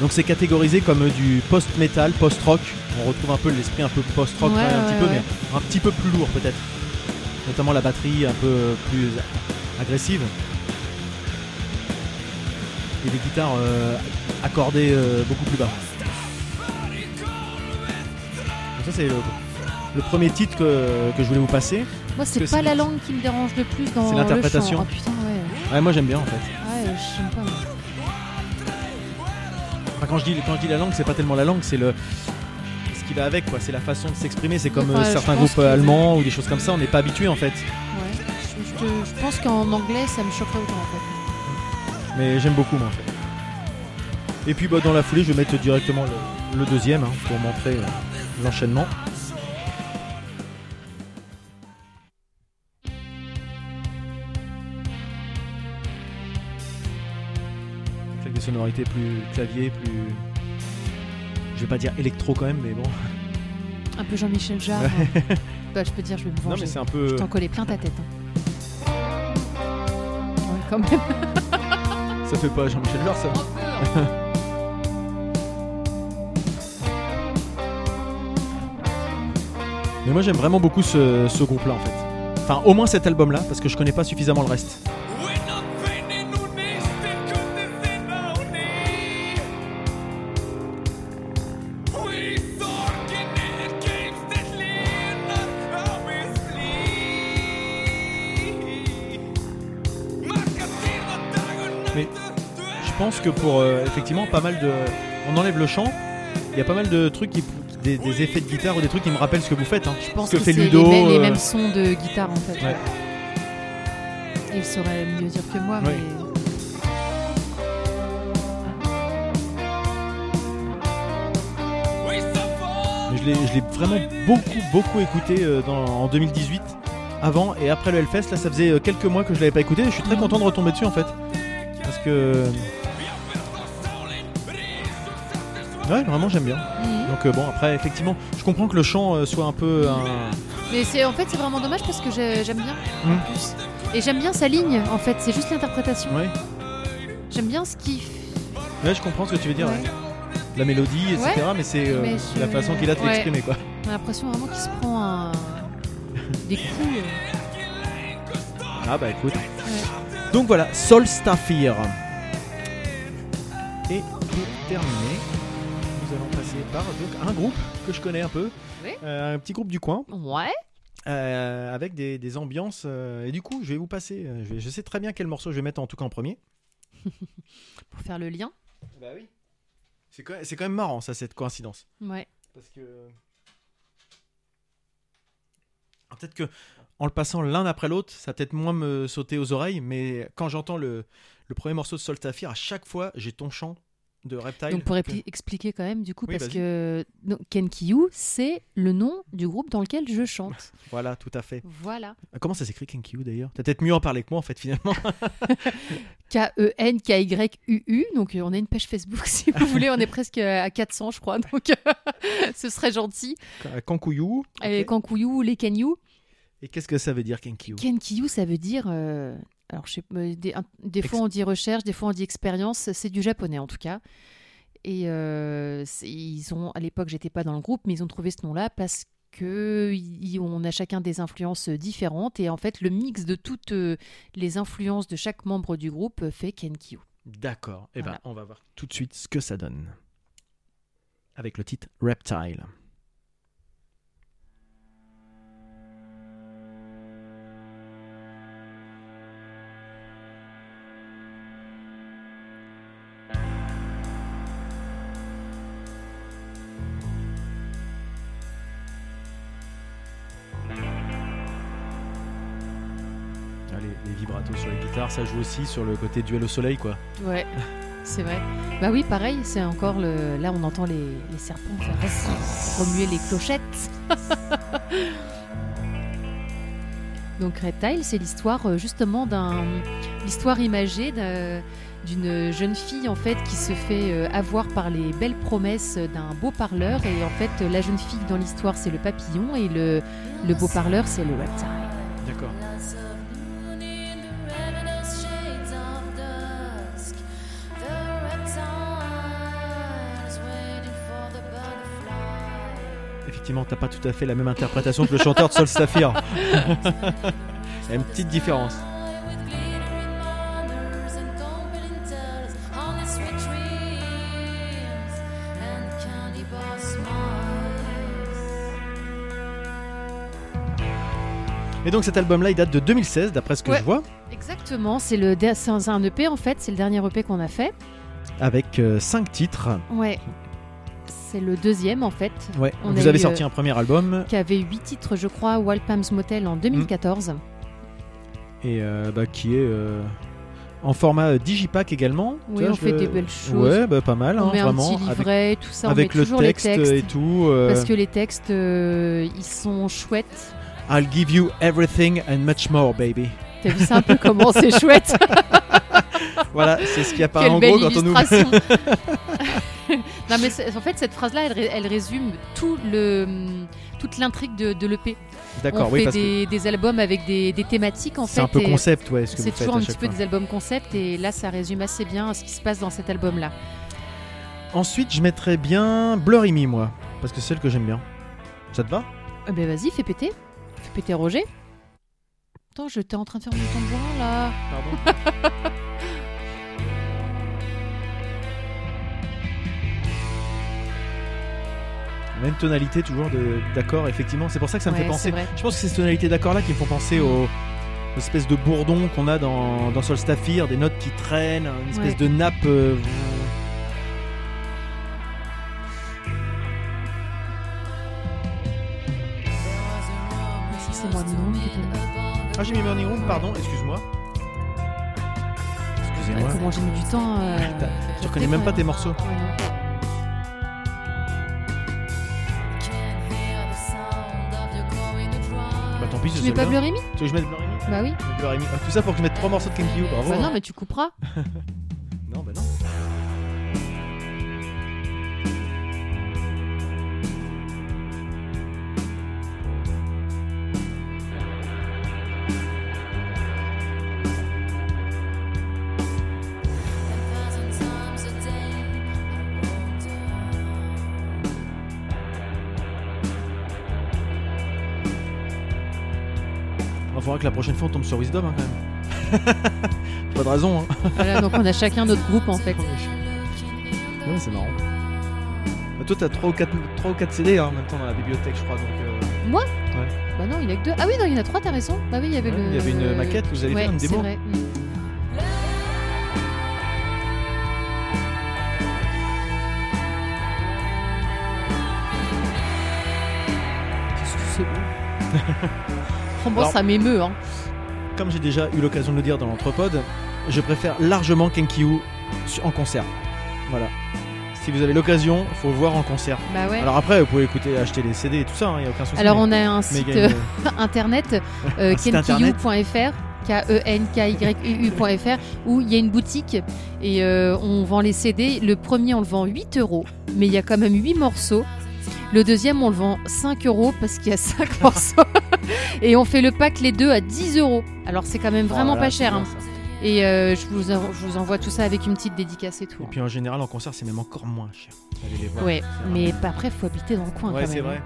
Speaker 1: Donc c'est catégorisé comme euh, du post-metal, post-rock. On retrouve un peu l'esprit un peu post-rock,
Speaker 2: Ouais,
Speaker 1: ouais, un
Speaker 2: ouais,
Speaker 1: petit peu,
Speaker 2: ouais.
Speaker 1: mais un petit peu plus lourd peut-être. Notamment la batterie un peu plus agressive. Et des guitares euh, accordées euh, beaucoup plus bas. Donc ça c'est le, le premier titre que, que je voulais vous passer.
Speaker 2: Moi, c'est
Speaker 1: Parce que
Speaker 2: pas
Speaker 1: c'est
Speaker 2: la
Speaker 1: le-
Speaker 2: langue qui me dérange le plus dans
Speaker 1: C'est
Speaker 2: le chant.
Speaker 1: l'interprétation.
Speaker 2: Ah putain, ouais.
Speaker 1: Ouais, moi j'aime bien en fait.
Speaker 2: Ouais, je sais pas. moi.
Speaker 1: Enfin, quand, je dis, quand je dis la langue, c'est pas tellement la langue, c'est le ce qui va avec quoi. C'est la façon de s'exprimer. C'est comme
Speaker 2: Enfin,
Speaker 1: euh,
Speaker 2: je
Speaker 1: certains
Speaker 2: pense
Speaker 1: groupes
Speaker 2: que-
Speaker 1: allemands ou des choses comme ça. On n'est pas habitué en fait.
Speaker 2: Ouais. Je, je te- je pense qu'en anglais, ça me choquerait autant en fait.
Speaker 1: Mais j'aime beaucoup moi en fait. Et puis bah, dans la foulée, je vais mettre directement le, le deuxième hein, pour montrer euh, l'enchaînement. Avec des sonorités plus clavier, plus. Je vais pas dire électro quand même, mais bon.
Speaker 2: Un peu Jean-Michel Jarre. hein. Bah, je peux dire, je vais me
Speaker 1: Non
Speaker 2: venger.
Speaker 1: mais c'est un peu.
Speaker 2: Je t'en collais plein ta tête. hein. Ouais, quand même.
Speaker 1: Ça fait pas Jean-Michel Jarre ça. Mais moi j'aime vraiment beaucoup ce, ce groupe-là en fait. Enfin au moins cet album-là parce que je connais pas suffisamment le reste.
Speaker 4: Mais
Speaker 1: Je pense que pour euh, effectivement pas mal de, on enlève le chant. Il y a pas mal de trucs qui, des, des effets de guitare ou des trucs qui me rappellent ce que vous faites. hein.
Speaker 2: Je pense
Speaker 1: Ce
Speaker 2: que,
Speaker 1: que fait
Speaker 2: c'est les,
Speaker 1: Ludo,
Speaker 2: mêmes- les
Speaker 1: euh,
Speaker 2: mêmes sons de guitare en fait.
Speaker 1: Ouais.
Speaker 2: Il saurait mieux dire que moi,
Speaker 1: Ouais.
Speaker 2: mais.
Speaker 1: Mais Je l'ai, je l'ai vraiment beaucoup beaucoup écouté euh, dans- en 2018, avant et après le Hellfest. Là ça faisait euh, quelques mois que je l'avais pas écouté. Je suis très content de retomber dessus en fait parce que ouais vraiment j'aime bien.
Speaker 2: Mhm.
Speaker 1: Donc euh, bon après effectivement je comprends que le chant euh, soit un peu un
Speaker 2: Mais c'est en fait c'est vraiment dommage parce que j'ai- j'aime bien
Speaker 1: Mhm.
Speaker 2: en plus. Et j'aime bien sa ligne en fait, c'est juste l'interprétation.
Speaker 1: ouais.
Speaker 2: J'aime bien ce qu'il
Speaker 1: Là, je comprends ce que tu veux dire.
Speaker 2: Ouais.
Speaker 1: ouais. La mélodie, etc. Mais c'est euh,
Speaker 2: Mais je-
Speaker 1: la façon qu'il a de
Speaker 2: Ouais.
Speaker 1: l'exprimer, quoi.
Speaker 2: On a l'impression vraiment qu'il se prend un... des coups. euh.
Speaker 1: Ah bah écoute. Donc voilà, Solstafir. Et pour terminer, nous allons passer par donc, un groupe que je connais un peu,
Speaker 2: Oui.
Speaker 1: Euh, un petit groupe du coin,
Speaker 2: Ouais.
Speaker 1: euh, avec des, des ambiances. euh, et du coup, je vais vous passer. euh, je, vais- je sais très bien quel morceau je vais mettre en tout cas en premier.
Speaker 2: Pour faire le lien.
Speaker 1: Bah oui. C'est quand, c'est quand même marrant ça cette coïncidence.
Speaker 2: Ouais.
Speaker 1: Parce que. Alors, Peut-être que en le passant l'un après l'autre, ça va peut-être moins me sauter aux oreilles, mais quand j'entends le, le premier morceau de Soltafir, à chaque fois j'ai ton chant de Reptile.
Speaker 2: Donc pour
Speaker 1: que-
Speaker 2: épli- expliquer quand même du coup
Speaker 1: Oui,
Speaker 2: parce
Speaker 1: vas-y.
Speaker 2: que donc, Kenkiyu c'est le nom du groupe dans lequel je chante.
Speaker 1: Voilà, tout à fait. Euh,
Speaker 2: voilà.
Speaker 1: Comment ça s'écrit Kenkyu d'ailleurs T'as peut-être mieux en parler que moi en fait finalement.
Speaker 2: K E N K Y U U donc euh, on a une page Facebook si vous voulez, on est presque à 400 je crois donc ce serait gentil.
Speaker 1: Kankuyu.
Speaker 2: Et Kankuyu, les Kenyu.
Speaker 1: Euh, Et qu'est-ce que ça veut dire Kenkyu
Speaker 2: Kenkiyu ça veut dire euh, alors je sais pas, des, un- des
Speaker 1: Ex-
Speaker 2: fois on dit recherche, des fois on dit expérience, c'est du japonais en tout cas. Et euh, c'est- ils ont à l'époque j'étais pas dans le groupe mais ils ont trouvé ce nom-là parce que y- y- on a chacun des influences euh, différentes et en fait le mix de toutes euh, les influences de chaque membre du groupe euh, fait Kenkyu.
Speaker 1: D'accord. Et
Speaker 2: Voilà.
Speaker 1: ben on va voir tout de suite ce que ça donne. Avec le titre Reptile. Ah, les- les vibratos sur les guitares, ça joue aussi sur le côté duel au soleil quoi.
Speaker 2: Ouais, c'est vrai. Bah oui, pareil, c'est encore le. Là, on entend les, les serpents faire remuer les clochettes. Donc Reptile, c'est l'histoire euh, justement d'un l'histoire imagée d'un- d'une jeune fille en fait qui se fait euh, avoir par les belles promesses d'un beau parleur et en fait la jeune fille dans l'histoire c'est le papillon et le, le beau parleur c'est le reptile.
Speaker 1: D'accord. Effectivement, t'as pas tout à fait la même interprétation que le chanteur de Sol Saphir. Il y a une petite différence. Et donc cet album-là, il date de 2016, d'après ce que
Speaker 2: Ouais.
Speaker 1: je vois,
Speaker 2: Exactement, c'est le der- c'est un- c'est un EP en fait, c'est le dernier EP qu'on a fait.
Speaker 1: avec 5 titres.
Speaker 2: Ouais. C'est le deuxième en fait
Speaker 1: Ouais.
Speaker 2: On
Speaker 1: Vous
Speaker 2: a
Speaker 1: avez
Speaker 2: eu, euh,
Speaker 1: sorti un premier album
Speaker 2: qui avait huit titres je crois Walpam's Motel en 2014.
Speaker 1: Mmh. et euh, bah, qui est euh, en format euh, digipack également.
Speaker 2: Oui,
Speaker 1: Tu vois,
Speaker 2: on
Speaker 1: je
Speaker 2: fait
Speaker 1: le-
Speaker 2: des belles choses.
Speaker 1: Ouais, bah, pas mal,
Speaker 2: on
Speaker 1: hein,
Speaker 2: met
Speaker 1: vraiment.
Speaker 2: un petit
Speaker 1: avec
Speaker 2: livret, tout ça,
Speaker 1: avec
Speaker 2: on met
Speaker 1: le
Speaker 2: toujours
Speaker 1: texte
Speaker 2: les textes.
Speaker 1: et tout. euh,
Speaker 2: Parce que les textes, euh, ils sont chouettes.
Speaker 1: I'll give you everything and much more, baby.
Speaker 2: T'as vu ça un peu comment c'est chouette
Speaker 1: Voilà, c'est ce qu'il y a pas
Speaker 2: Quelle
Speaker 1: Bah, en
Speaker 2: belle
Speaker 1: gros quand on ouvre.
Speaker 2: illustration Non mais c'est- en fait cette phrase-là, elle, ré- elle résume tout le, toute l'intrigue de, de l'EP. On
Speaker 1: D'accord,
Speaker 2: fait
Speaker 1: oui, parce que
Speaker 2: des, des albums avec des, des thématiques en
Speaker 1: c'est
Speaker 2: fait.
Speaker 1: un peu
Speaker 2: et
Speaker 1: concept, ouais, ce que
Speaker 2: C'est
Speaker 1: vous faites
Speaker 2: toujours
Speaker 1: à
Speaker 2: un petit
Speaker 1: chaque
Speaker 2: peu
Speaker 1: fois.
Speaker 2: des albums concept et là ça résume assez bien ce qui se passe dans cet album-là.
Speaker 1: Ensuite, je mettrais bien Blurry Me, moi, parce que c'est celle que j'aime bien. Ça te va
Speaker 2: Eh ben vas-y, fais péter. Fais péter Roger. Attends, je t'es en train de faire mon tambourin là.
Speaker 1: Pardon Même tonalité toujours de- d'accord, effectivement. C'est pour ça que ça me
Speaker 2: Ouais,
Speaker 1: fait
Speaker 2: c'est
Speaker 1: penser.
Speaker 2: vrai.
Speaker 1: Je pense que c'est ces tonalités d'accord là qui me font penser aux aux espèces de bourdons qu'on a dans, dans Solstafir, des notes qui traînent, une espèce de
Speaker 2: Ouais.
Speaker 1: nappe. euh,
Speaker 2: Si c'est moi, non, putain.
Speaker 1: Ah, j'ai mis Burning Room, pardon, excuse-moi.
Speaker 2: Ouais,
Speaker 1: Excusez-moi.
Speaker 2: comment j'ai mis du temps. euh,
Speaker 1: T'as- Tu
Speaker 2: pour
Speaker 1: reconnais même pas tes morceaux.
Speaker 2: Ouais, non.
Speaker 1: Bah tant pis, c'est
Speaker 2: Tu mets pas
Speaker 1: celle-là.
Speaker 2: Bleurémy
Speaker 1: Tu veux que je mette Blurry Me
Speaker 2: Bah oui.
Speaker 1: Je mets Blurry Me. Ah, Tout ça pour que je mette trois morceaux de Kenji bravo. hein.
Speaker 2: Bah non, mais tu couperas.
Speaker 1: Non, bah non. Il faudra que la prochaine fois on tombe sur Wisdom hein, quand même. Pas de raison. Hein.
Speaker 2: Voilà, donc on a chacun notre groupe en fait.
Speaker 1: Ouais, c'est marrant. Bah, toi, t'as 3 ou 4, ou quatre CD hein, en même temps dans la bibliothèque, je crois. Donc, euh,
Speaker 2: Bah non, il y a que deux. Ah oui, non, il y en a trois, t'as raison. Bah oui, il y avait
Speaker 1: ouais,
Speaker 2: le.
Speaker 1: Il y avait une maquette, vous avez
Speaker 2: Ouais,
Speaker 1: fait une
Speaker 2: c'est
Speaker 1: démo.
Speaker 2: vrai. Mm. Qu'est-ce que c'est bon Franchement,
Speaker 1: Alors-
Speaker 2: ça m'émeut. Hein.
Speaker 1: Comme j'ai déjà eu l'occasion de le dire dans l'entrepode, je préfère largement Kenkyu su- en concert. Voilà. Si vous avez l'occasion, faut voir en concert.
Speaker 2: Bah ouais. Alors,
Speaker 1: Alors après, vous pouvez écouter, acheter les CD et tout ça, il n'y a aucun souci. mais-
Speaker 2: on a un
Speaker 1: mais
Speaker 2: site
Speaker 1: il y a une-
Speaker 2: euh, internet, euh,
Speaker 1: Un site internet.
Speaker 2: kenkiyu.fr, E K-E-N-K-Y-U.fr, où il y a une boutique et euh, on vend les CD. Le premier, on le vend 8 euros, mais il y a quand même 8 morceaux. Le deuxième, on le vend 5 euros parce qu'il y a 5 morceaux. Et on fait le pack les deux à 10 euros. Alors c'est quand même vraiment
Speaker 1: Oh là là,
Speaker 2: pas
Speaker 1: c'est
Speaker 2: cher.
Speaker 1: bien,
Speaker 2: hein.
Speaker 1: ça.
Speaker 2: Et euh, je, vous en- je vous envoie tout ça avec une petite dédicace et tout. hein.
Speaker 1: Et puis en général, en concert, c'est même encore moins cher. Allez les voir.
Speaker 2: ouais,
Speaker 1: c'est
Speaker 2: mais bah, après, faut habiter dans le coin
Speaker 1: Ouais,
Speaker 2: quand
Speaker 1: c'est
Speaker 2: même. hein.
Speaker 1: vrai.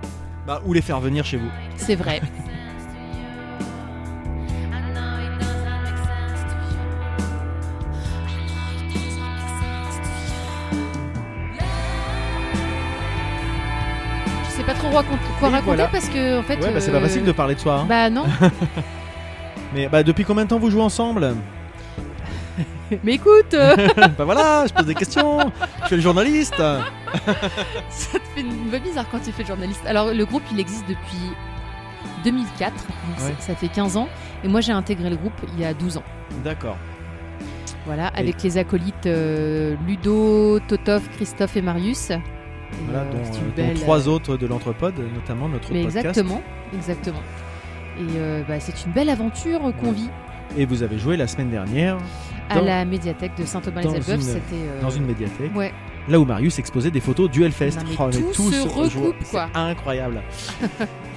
Speaker 1: Bah, ou les faire venir chez vous.
Speaker 2: C'est vrai. Je sais pas trop racont- quoi
Speaker 1: Et
Speaker 2: raconter
Speaker 1: voilà.
Speaker 2: parce que en fait.
Speaker 1: Ouais, bah, c'est pas
Speaker 2: euh,
Speaker 1: facile de parler de soi. hein.
Speaker 2: Bah non.
Speaker 1: Mais bah, depuis combien de temps vous jouez ensemble
Speaker 2: Mais écoute, euh,
Speaker 1: Bah voilà, je pose des questions. Je suis le journaliste.
Speaker 2: ça te fait une voix bizarre quand tu fais journaliste. Alors le groupe, il existe depuis 2004, donc c'est-
Speaker 1: Ouais.
Speaker 2: ça fait 15 ans. Et moi, j'ai intégré le groupe il y a 12 ans.
Speaker 1: D'accord.
Speaker 2: Voilà, avec les acolytes euh, Ludo, Totov, Christophe et Marius. Et,
Speaker 1: Voilà,
Speaker 2: euh,
Speaker 1: dont,
Speaker 2: c'est
Speaker 1: euh,
Speaker 2: une
Speaker 1: dont
Speaker 2: belle-
Speaker 1: trois autres de l'entrepode, notamment notre
Speaker 2: Mais
Speaker 1: podcast.
Speaker 2: exactement, exactement. Et euh, bah, c'est une belle aventure qu'on
Speaker 1: Ouais.
Speaker 2: vit.
Speaker 1: Et vous avez joué la semaine dernière.
Speaker 2: à
Speaker 1: Dans-
Speaker 2: la médiathèque de Saint-Thomas-les-Elbeuf.
Speaker 1: dans une-
Speaker 2: C'était. euh,
Speaker 1: dans une médiathèque.
Speaker 2: Ouais.
Speaker 1: Là où Marius exposait des photos du Hellfest.
Speaker 2: Non, mais
Speaker 1: Oh,
Speaker 2: tout se recoupe,
Speaker 1: C'est
Speaker 2: quoi.
Speaker 1: Incroyable.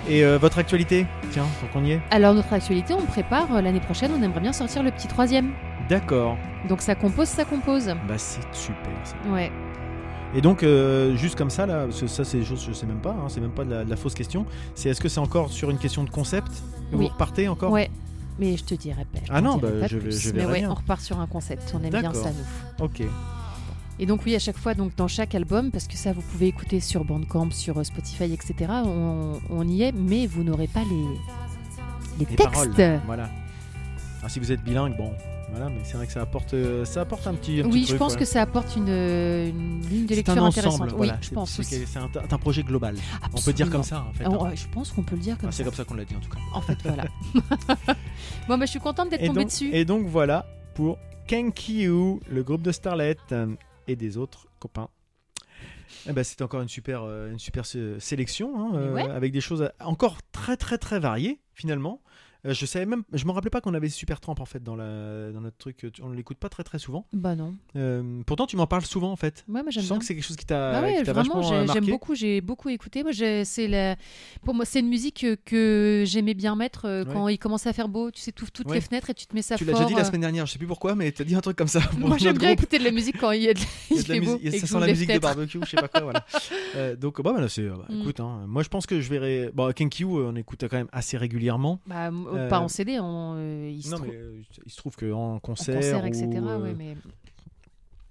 Speaker 1: Et euh, votre actualité Tiens, pour qu'on y est.
Speaker 2: Alors, notre actualité, on prépare euh, l'année prochaine, on aimerait bien sortir le petit troisième.
Speaker 1: D'accord.
Speaker 2: Donc, ça compose, ça compose.
Speaker 1: Bah c'est super. ça.
Speaker 2: Ouais.
Speaker 1: Et donc euh, juste comme ça là, parce que ça c'est des choses que je sais même pas. hein, c'est même pas de la, de la fausse question. C'est est-ce que c'est encore sur une question de concept que
Speaker 2: Oui.
Speaker 1: Vous repartez encore
Speaker 2: Ouais. Mais je te dirai pas. je
Speaker 1: Ah
Speaker 2: te
Speaker 1: non,
Speaker 2: dirai
Speaker 1: bah,
Speaker 2: pas
Speaker 1: je vais-
Speaker 2: plus.
Speaker 1: je
Speaker 2: Mais
Speaker 1: verrai
Speaker 2: ouais,
Speaker 1: bien.
Speaker 2: on repart sur un concept, on aime bien
Speaker 1: D'accord.
Speaker 2: ça, nous.
Speaker 1: Ok.
Speaker 2: Et donc, oui, à chaque fois, donc dans chaque album, parce que ça, vous pouvez écouter sur Bandcamp, sur euh, Spotify, etc. On, on y est, mais vous n'aurez pas les, les,
Speaker 1: Les
Speaker 2: textes.
Speaker 1: paroles. Voilà. Alors, si vous êtes bilingue, bon, voilà, mais c'est vrai que ça apporte, euh, ça apporte un petit. un petit
Speaker 2: Oui, je
Speaker 1: truc,
Speaker 2: pense
Speaker 1: voilà.
Speaker 2: que ça apporte une, euh, une ligne de
Speaker 1: c'est
Speaker 2: lecture
Speaker 1: un ensemble.
Speaker 2: intéressante.
Speaker 1: voilà.
Speaker 2: Oui, je
Speaker 1: C'est-
Speaker 2: pense
Speaker 1: c'est
Speaker 2: aussi.
Speaker 1: que- C'est un, c'est un projet global. On peut dire comme ça en fait.
Speaker 2: Absolument.
Speaker 1: hein.
Speaker 2: Ah, ouais, je pense qu'on peut le dire comme
Speaker 1: Ah,
Speaker 2: ça.
Speaker 1: c'est comme ça qu'on l'a dit en tout cas.
Speaker 2: En fait, voilà. bon, bah, je suis contente d'être
Speaker 1: Et
Speaker 2: tombée
Speaker 1: donc,
Speaker 2: dessus.
Speaker 1: et donc voilà pour Kenkiu, le groupe de Starlet euh, et des autres copains. Eh ben, c'était encore une super, euh, une super sé- sélection hein,
Speaker 2: Mais
Speaker 1: euh,
Speaker 2: ouais.
Speaker 1: avec des choses encore très très très variées finalement. Euh, je savais même, je me rappelais pas qu'on avait Super Tramp en fait dans, la, dans notre truc. Tu- On l'écoute pas très très souvent.
Speaker 2: Bah non.
Speaker 1: Euh, pourtant, tu m'en parles souvent en fait.
Speaker 2: Ouais, moi
Speaker 1: Je
Speaker 2: j'aime
Speaker 1: sens
Speaker 2: bien.
Speaker 1: que c'est quelque chose qui t'a
Speaker 2: Bah ouais,
Speaker 1: qui t'a
Speaker 2: vraiment,
Speaker 1: vachement euh,
Speaker 2: j'ai- j'aime
Speaker 1: marqué.
Speaker 2: beaucoup, j'ai beaucoup écouté. Moi, j'ai- c'est la, pour moi, c'est une musique euh, que j'aimais bien mettre euh, quand il commençait à faire beau. Tu sais, tu ouvres toutes
Speaker 1: Ouais.
Speaker 2: les fenêtres et tu te mets ça
Speaker 1: Tu l'as
Speaker 2: fort.
Speaker 1: déjà dit la
Speaker 2: euh.
Speaker 1: semaine dernière, je sais plus pourquoi, mais t'as dit un truc comme ça. pour
Speaker 2: Moi,
Speaker 1: un
Speaker 2: j'aime
Speaker 1: autre
Speaker 2: bien
Speaker 1: groupe.
Speaker 2: écouter de la musique quand il, y a de...
Speaker 1: Il y
Speaker 2: il
Speaker 1: a de la
Speaker 2: fait beau.
Speaker 1: musique- il y a-
Speaker 2: et
Speaker 1: ça
Speaker 2: que
Speaker 1: sent
Speaker 2: je
Speaker 1: la
Speaker 2: lève
Speaker 1: musique des
Speaker 2: tête.
Speaker 1: barbecues, je sais pas quoi. Voilà. Euh, donc, bah, voilà, c'est. euh, bah,
Speaker 2: Mm.
Speaker 1: Écoute, hein, moi je pense que je verrai. Bon, Kenkyu, euh, on écoute quand même assez régulièrement.
Speaker 2: Bah, m-
Speaker 1: Euh,
Speaker 2: Pas en CD, on, euh, il se
Speaker 1: Non,
Speaker 2: trouve
Speaker 1: mais euh, il se trouve qu'en
Speaker 2: en
Speaker 1: concert.
Speaker 2: concert,
Speaker 1: ou,
Speaker 2: etc.
Speaker 1: euh,
Speaker 2: ouais, mais...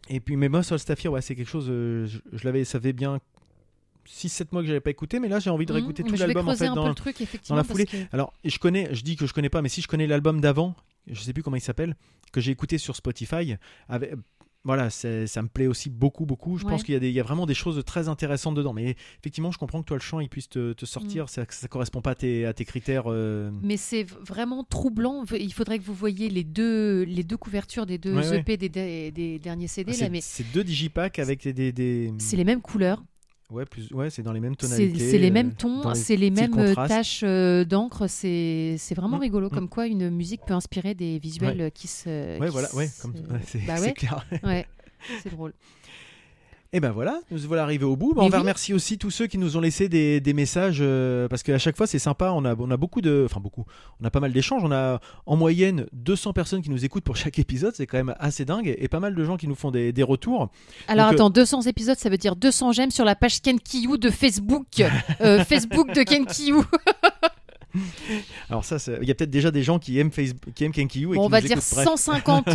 Speaker 1: Et puis, mais moi, Solstafir, ouais, c'est quelque chose. euh, je je l'avais, ça fait bien 6-7 mois que j'avais pas écouté, mais là j'ai envie de
Speaker 2: Mhm,
Speaker 1: réécouter
Speaker 2: mais
Speaker 1: tout
Speaker 2: je vais
Speaker 1: l'album en
Speaker 2: creuser
Speaker 1: fait.
Speaker 2: un peu
Speaker 1: Dans...
Speaker 2: le truc, effectivement,
Speaker 1: la
Speaker 2: parce
Speaker 1: foulée.
Speaker 2: que-
Speaker 1: Alors, je connais, je dis que je connais pas, mais si je connais l'album d'avant, je sais plus comment il s'appelle, que j'ai écouté sur Spotify, avec, voilà, c'est- ça me plaît aussi beaucoup, beaucoup. Je pense
Speaker 2: Ouais.
Speaker 1: qu'il y, a des- il y a vraiment des choses très intéressantes dedans. Mais effectivement, je comprends que toi, le chant, il puisse te, te sortir,
Speaker 2: Mm.
Speaker 1: ça, ça correspond pas à tes, à tes critères. euh,
Speaker 2: Mais c'est v- vraiment troublant. V- Il faudrait que vous voyez les deux, les deux couvertures des deux
Speaker 1: Ouais, ouais.
Speaker 2: EP Des, des- des derniers CD. là,
Speaker 1: c'est-
Speaker 2: mais
Speaker 1: c'est deux digipacks avec des, des- des-
Speaker 2: c'est les mêmes couleurs,
Speaker 1: ouais, plus, ouais, c'est dans les mêmes
Speaker 2: c'est
Speaker 1: tonalités.
Speaker 2: c'est les
Speaker 1: euh,
Speaker 2: mêmes tons,
Speaker 1: dans les-
Speaker 2: c'est les
Speaker 1: petits
Speaker 2: mêmes euh,
Speaker 1: contrastes.
Speaker 2: taches euh, d'encre. C'est c'est vraiment
Speaker 1: Mm,
Speaker 2: rigolo
Speaker 1: mm.
Speaker 2: comme quoi une musique peut inspirer des visuels euh, qui se.
Speaker 1: Ouais,
Speaker 2: qui
Speaker 1: voilà,
Speaker 2: se-
Speaker 1: ouais, comme- ouais, c'est
Speaker 2: Bah
Speaker 1: c'est
Speaker 2: ouais.
Speaker 1: clair.
Speaker 2: Ouais, c'est drôle.
Speaker 1: Et ben voilà, nous voilà arrivés au bout. Bah,
Speaker 2: Mais
Speaker 1: on va
Speaker 2: oui.
Speaker 1: remercier aussi tous ceux qui nous ont laissé des, des messages euh, parce qu'à chaque fois c'est sympa. On a, on a beaucoup de, enfin beaucoup, on a pas mal d'échanges. On a en moyenne 200 personnes qui nous écoutent pour chaque épisode. C'est quand même assez dingue et pas mal de gens qui nous font des, des retours.
Speaker 2: Alors
Speaker 1: Donc, euh,
Speaker 2: attends, 200 épisodes, ça veut dire 200 j'aime sur la page Kenkiyu de Facebook. Euh, Facebook de Kenkiyu.
Speaker 1: Alors ça, c'est- il y a peut-être déjà des gens qui aiment Facebook, qui aiment Kenkyu et
Speaker 2: Bon,
Speaker 1: qui
Speaker 2: on va
Speaker 1: nous
Speaker 2: dire
Speaker 1: écoutent. Bref.
Speaker 2: 150.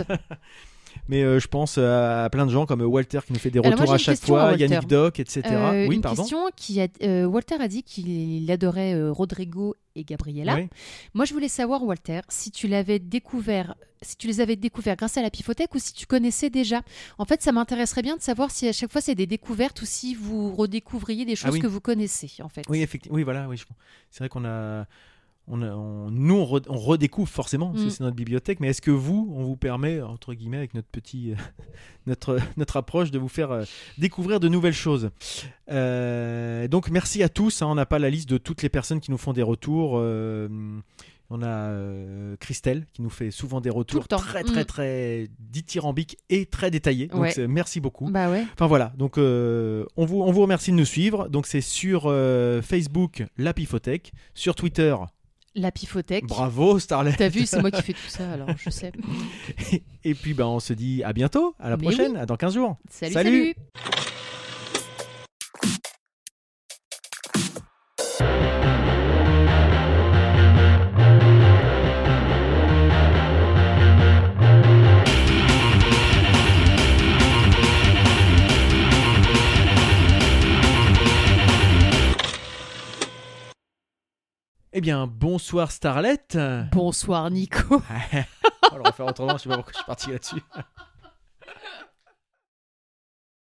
Speaker 1: Mais euh, je pense à, à plein de gens comme Walter qui nous fait des
Speaker 2: Alors, moi,
Speaker 1: retours
Speaker 2: j'ai
Speaker 1: à chaque
Speaker 2: une question à
Speaker 1: fois,
Speaker 2: Walter.
Speaker 1: Yannick Doc, etc.
Speaker 2: Euh,
Speaker 1: oui,
Speaker 2: une
Speaker 1: pardon.
Speaker 2: question qui a, euh, Walter a dit qu'il adorait euh, Rodrigo et Gabriella.
Speaker 1: Oui.
Speaker 2: Moi, je voulais savoir, Walter, si tu l'avais découvert, si tu les avais découverts grâce à la Pifothèque ou si tu connaissais déjà. En fait, ça m'intéresserait bien de savoir si à chaque fois c'est des découvertes ou si vous redécouvriez des choses
Speaker 1: Ah oui.
Speaker 2: que vous connaissez, en fait.
Speaker 1: Oui, effectivement. Oui, voilà. Oui, je- c'est vrai qu'on a, on a, on- nous, on, re- on redécouvre forcément, parce que
Speaker 2: Mm.
Speaker 1: c'est notre bibliothèque. Mais est-ce que vous, on vous permet, entre guillemets, avec notre petit, euh, notre, notre approche, de vous faire euh, découvrir de nouvelles choses Euh, Donc, merci à tous. hein. on n'a pas la liste de toutes les personnes qui nous font des retours. euh, on a euh, Christelle qui nous fait souvent des retours
Speaker 2: le temps.
Speaker 1: très très
Speaker 2: Mm.
Speaker 1: très dithyrambiques et très détaillés. Donc
Speaker 2: Ouais.
Speaker 1: c'est- merci beaucoup.
Speaker 2: Bah ouais.
Speaker 1: Enfin voilà, donc euh, on, vous, on vous remercie de nous suivre. Donc c'est sur euh, Facebook La Pifothèque, sur Twitter
Speaker 2: La Pifothèque.
Speaker 1: Bravo Starlet.
Speaker 2: T'as vu, c'est moi qui fais tout ça, alors je sais.
Speaker 1: Et puis ben, on se dit à bientôt, à la
Speaker 2: Mais
Speaker 1: prochaine, à dans 15 jours.
Speaker 2: Salut,
Speaker 1: Salut.
Speaker 2: salut
Speaker 1: Eh bien bonsoir Starlet.
Speaker 2: Bonsoir, Nico.
Speaker 1: Oh, on va le refaire autrement, je sais pas pourquoi je suis parti là-dessus.